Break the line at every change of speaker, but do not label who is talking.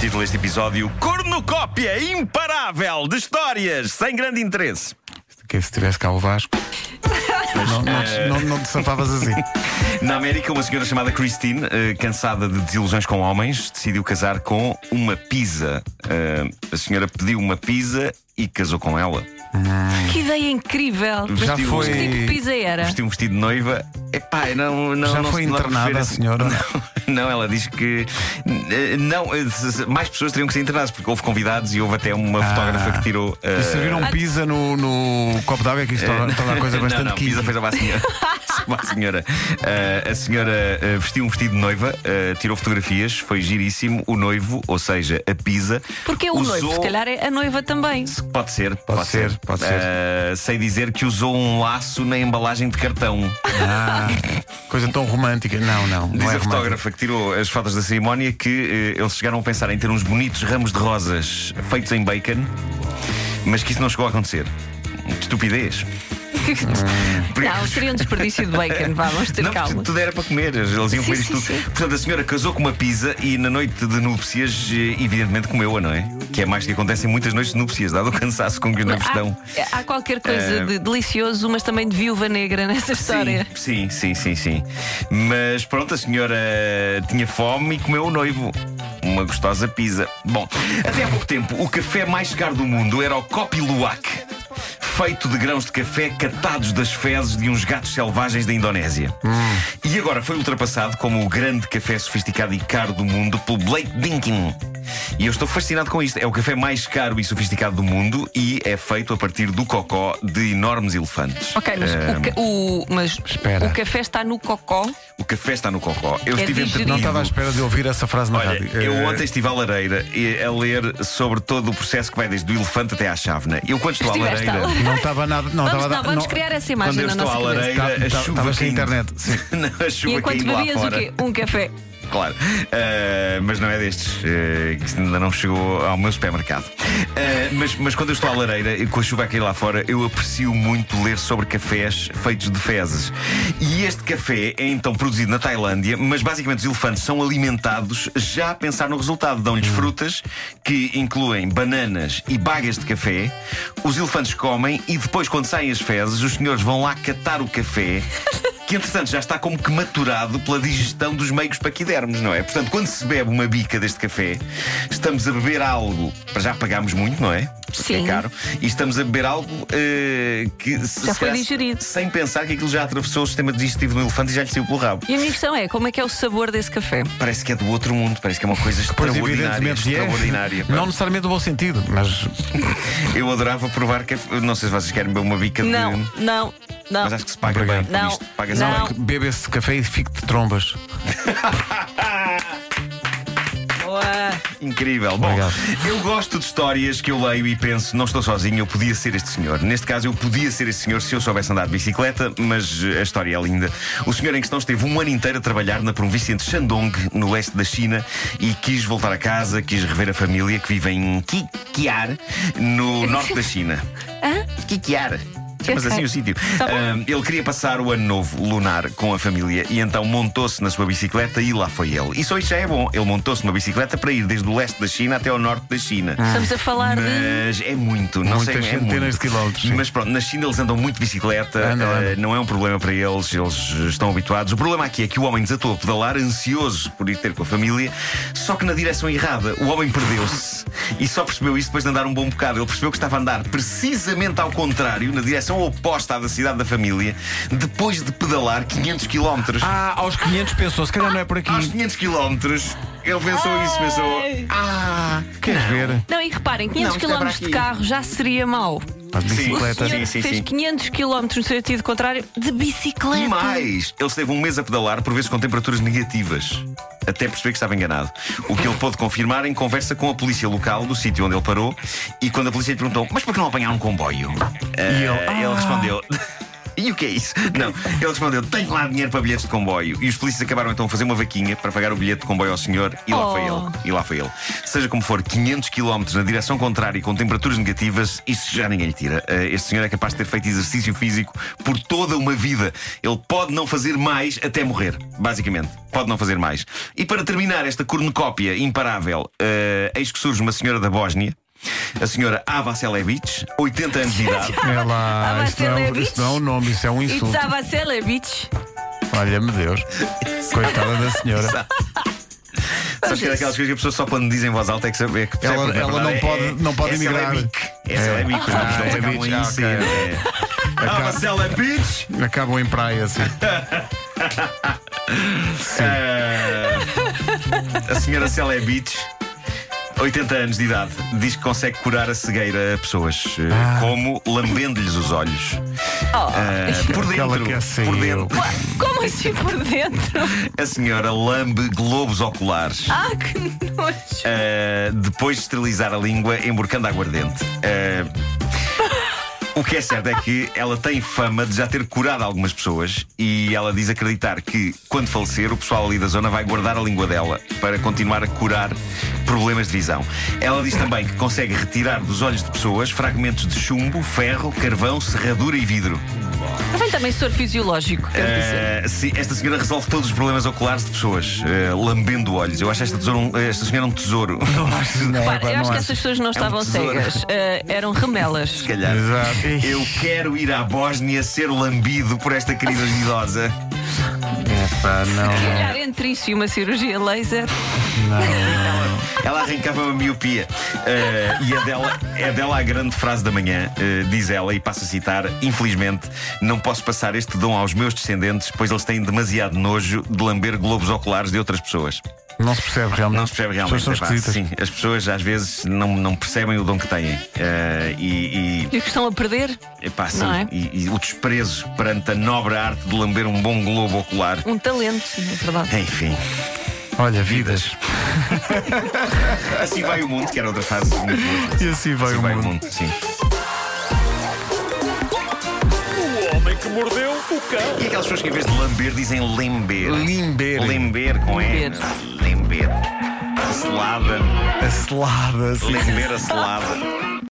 Título deste episódio: Cornucópia imparável de histórias sem grande interesse.
Que é se tivesse cá o Vasco. Não, não, te- não, não te safavas assim.
Então Na América, uma senhora chamada Christine, eh, cansada de desilusões com homens, decidiu casar com uma pizza. Eh, a senhora pediu uma pizza e casou com ela.
Que ideia incrível!
Já
Vestiu-
foi.
Que tipo de pizza era?
Vestiu um vestido de noiva. Epá, não, não,
Já
não
foi
se- não
internada
refere-
a senhora?
assim. Não, ela diz que eh, não, eh, se- se- mais pessoas teriam que ser internadas, porque houve convidados e houve até uma fotógrafa que tirou. eh,
Ah. E é, serviram um pizza no, no copo d'água é que isto torna torna a coisa bastante
não, não, Pisa
quente.
fez à senhora. à senhora. Ah, a senhora ah, vestiu um vestido de noiva, ah, tirou fotografias, foi giríssimo. O noivo, ou seja, a Pisa.
Porque é o
usou...
noivo, se calhar é a noiva também.
Pode ser, pode,
ser, pode ser.
Ah, sei dizer que usou um laço na embalagem de cartão.
Ah, coisa tão romântica. Não, não.
Diz
não é
a
romântica.
fotógrafa que tirou as fotos da cerimónia que eh, eles chegaram a pensar em ter uns bonitos ramos de rosas feitos em bacon, mas que isso não chegou a acontecer. Estupidez.
não, seria um desperdício de bacon, vá, vamos ter
Não, porque
calma.
tudo era para comer, eles iam
Sim,
comer
sim,
isto tudo.
sim.
Portanto, a senhora casou com uma pizza e na noite de núpcias, eh, evidentemente, comeu-a, não é? Que é mais que acontece em muitas noites de núpcias, dado o cansaço com que os noivos
Ah,
estão.
Há, há qualquer coisa
Eh,
de delicioso, mas também de viúva negra nessa história.
Sim, sim, sim, sim, sim. Mas pronto, a senhora tinha fome e comeu o noivo. Uma gostosa pizza. Bom, até há pouco tempo, o café mais caro do mundo era o Kopi Luwak. Feito de grãos de café catados das fezes de uns gatos selvagens da Indonésia. E agora foi ultrapassado como o grande café sofisticado e caro do mundo pelo Blake Dinkin. E eu estou fascinado com isto. É o café mais caro e sofisticado do mundo e é feito a partir do cocó de enormes elefantes. Ah,
Ok, mas,
Eh,
o, ca- o- mas
Espera.
o café está no cocó.
O café está no cocó. Eu estive
É digerido.
entretido.
Não estava à espera de ouvir essa frase na
Olha,
rádio.
eu
Eh,
ontem estive à lareira e- a ler sobre todo o processo que vai desde o elefante até à chávena. Eu quando estou à
Estiveste à
lareira.
lareira.
Não estava nada. Não,
vamos
estava
não, vamos criar essa imagem
Quando eu
na
estou
nossa
à
cabeça.
lareira,
Tá-
a
tá-
chuva
estavas sem
caindo.
internet, sim.
Não, a chuva
E enquanto
caindo lá
bebias o
fora.
quê? Um café.
Claro. Ah, mas não é destes, ah, que isto ainda não chegou ao meu supermercado. Ah, mas, mas quando eu estou à lareira, e com a chuva a cair lá fora, eu aprecio muito ler sobre cafés feitos de fezes. E este café é então produzido na Tailândia, mas basicamente os elefantes são alimentados já a pensar no resultado. Dão-lhes frutas, que incluem bananas e bagas de café. Os elefantes comem e depois, quando saem as fezes, os senhores vão lá catar o café. que entretanto já está como que maturado pela digestão dos meios paquidermos, não é? Portanto, quando se bebe uma bica deste café, estamos a beber algo, para já pagámos muito, não é? Porque
Sim.
É caro. E estamos a beber algo eh, que se,
Já
se
foi
calhar,
digerido.
Sem pensar que aquilo já atravessou o sistema digestivo do elefante e já lhe saiu pelo rabo.
E a minha questão é: como é que é o sabor desse café?
Parece que é do outro mundo, parece que é uma coisa
Pois,
extraordinária.
evidentemente, é.
extraordinária pá.
Não necessariamente no bom sentido, mas
Eu adorava provar que é Não sei se vocês querem beber uma bica
Não,
de.
não, não.
Mas acho que se paga
Obrigado.
bem.
Não,
Isto paga-se
não.
bem.
que bebe esse café e fique de trombas.
Boa.
Incrível. Bom,
Obrigado.
eu gosto de histórias que eu leio e penso, não estou sozinho, eu podia ser este senhor. Neste caso, eu podia ser este senhor se eu soubesse andar de bicicleta, mas eh, a história é linda. O senhor em questão esteve um ano inteiro a trabalhar na província de Shandong, no leste da China, e quis voltar a casa, quis rever a família que vive em Qiqar, no norte da China.
Hã?
Quiquear. Chamas
Ok.
assim o sítio.
Tá bom.
Ahm, ele queria passar o ano novo lunar com a família e então montou-se na sua bicicleta e lá foi ele. E só isso já é bom. Ele montou-se numa bicicleta para ir desde o leste da China até ao norte da China.
Estamos a falar de.
Mas é muito, não sei
Muitas
é
centenas
muito.
de quilómetros, sim.
Mas pronto, na China eles andam muito de bicicleta,
Andam,
eh,
andam.
não é um problema para eles, eles estão habituados. O problema aqui é que o homem desatou a pedalar, ansioso por ir ter com a família, só que na direção errada. O homem perdeu-se e só percebeu isso depois de andar um bom bocado. Ele percebeu que estava a andar precisamente ao contrário, na direção oposta à da cidade da família, depois de pedalar 500 quilómetros.
Ah, aos 500 pensou, se calhar não é por aqui.
Aos 500 quilómetros, ele pensou isso, pensou.
Ai.
Ah!
Queres ver?
Não, e reparem, 500
isto é para
km de
aqui.
carro já seria mau.
Pá, de
Sim.
bicicleta.
O senhor
Sim, sim,
fez
sim.
500 km no sentido contrário de bicicleta.
E mais, ele esteve um mês a pedalar, por vezes com temperaturas negativas. Até perceber que estava enganado. O que ele pôde confirmar em conversa com a polícia local do sítio onde ele parou. E quando a polícia lhe perguntou: Mas por que não apanharam um comboio? Ah, ele Eh, respondeu: E o que é isso? Não, ele respondeu: Tenho lá dinheiro para bilhetes de comboio. E os polícias acabaram então a fazer uma vaquinha para pagar o bilhete de comboio ao senhor e lá
Oh.
foi ele. E lá foi ele. Seja como for, 500 km na direção contrária e com temperaturas negativas, isso já ninguém lhe tira. Eh, Este senhor é capaz de ter feito exercício físico por toda uma vida. Ele pode não fazer mais até morrer, basicamente. Pode não fazer mais. E para terminar esta cornucópia imparável, eh, eis que surge uma senhora da Bósnia. A senhora Ava Selebic, 80 anos de idade.
É lá,
Ah,
isto não, é um-
Vassilevich.
isto não é um nome, isso é um
E
insulto.
estava a cela, bitch.
Olha-me Deus. Coitada da senhora.
Sabes que é daquelas coisas que a pessoa só quando diz em voz alta é que sabe. É que percebe,
Ela-
porque, na
ela não
verdade,
pode-
é-
não pode
é
emigrar.
Celebic. É Celebic, os nomes
Ah,
deles
é
acabam
Beach,
em
ah,
isso,
ok.
é. Ah, Celebic!
Acabam em praia, assim.
Ah, A senhora Célia Beach, 80 anos de idade, diz que consegue curar a cegueira a pessoas, eh,
Ah.
como lambendo-lhes os olhos.
Oh.
Ah, por
Aquela
dentro,
que é
por
assim,
dentro,
Ué, Como assim por dentro?
a senhora lambe globos oculares.
Ah, que nojo.
Uh, depois de esterilizar a língua emborcando aguardente. Uh, o que é certo é que ela tem fama de já ter curado algumas pessoas e ela diz acreditar que, quando falecer, o pessoal ali da zona vai guardar a língua dela para continuar a curar problemas de visão. Ela diz também que consegue retirar dos olhos de pessoas fragmentos de chumbo, ferro, carvão, serradura e vidro. É.
Também também soro fisiológico, quero dizer.
Uh, sim, esta senhora resolve todos os problemas oculares de pessoas, uh, lambendo olhos. Eu acho esta, tesouro um- esta senhora um tesouro. É,
Não,
Repara,
pá, não
eu acho que
acho.
essas pessoas não estavam
um tesouro.
cegas. eh, eram remelas.
Se calhar.
Exato.
Eu quero ir à Bósnia ser lambido por esta querida idosa.
Epá,
Se
não,
calhar entre isso e uma cirurgia laser.
não.
Ela arrancava uma miopia. Eh, e é dela, é dela a grande frase da manhã, eh, diz ela, e passo a citar: Infelizmente, não posso passar este dom aos meus descendentes, pois eles têm demasiado nojo de lamber globos oculares de outras pessoas.
Não se percebe realmente.
Não se percebe realmente.
As pessoas
epá,
são esquisitas.
Sim, as pessoas às vezes não, não percebem o dom que têm. Eh, e- e
E o que estão a perder?
Epá, sim,
Não é?
e, e o desprezo perante a nobre arte de lamber um bom globo ocular.
Um talento, na verdade.
Enfim,
Olha, vidas.
assim vai o mundo, que era outra frase. muito boa.
E assim vai
Assim
o
vai o
mundo.
mundo, sim.
O homem que mordeu o cão.
E aquelas pessoas que em vez de lamber dizem lember.
Limber.
Lember com E.
Lember.
Lember. A Selada.
A selada, assim.
Lember a selada.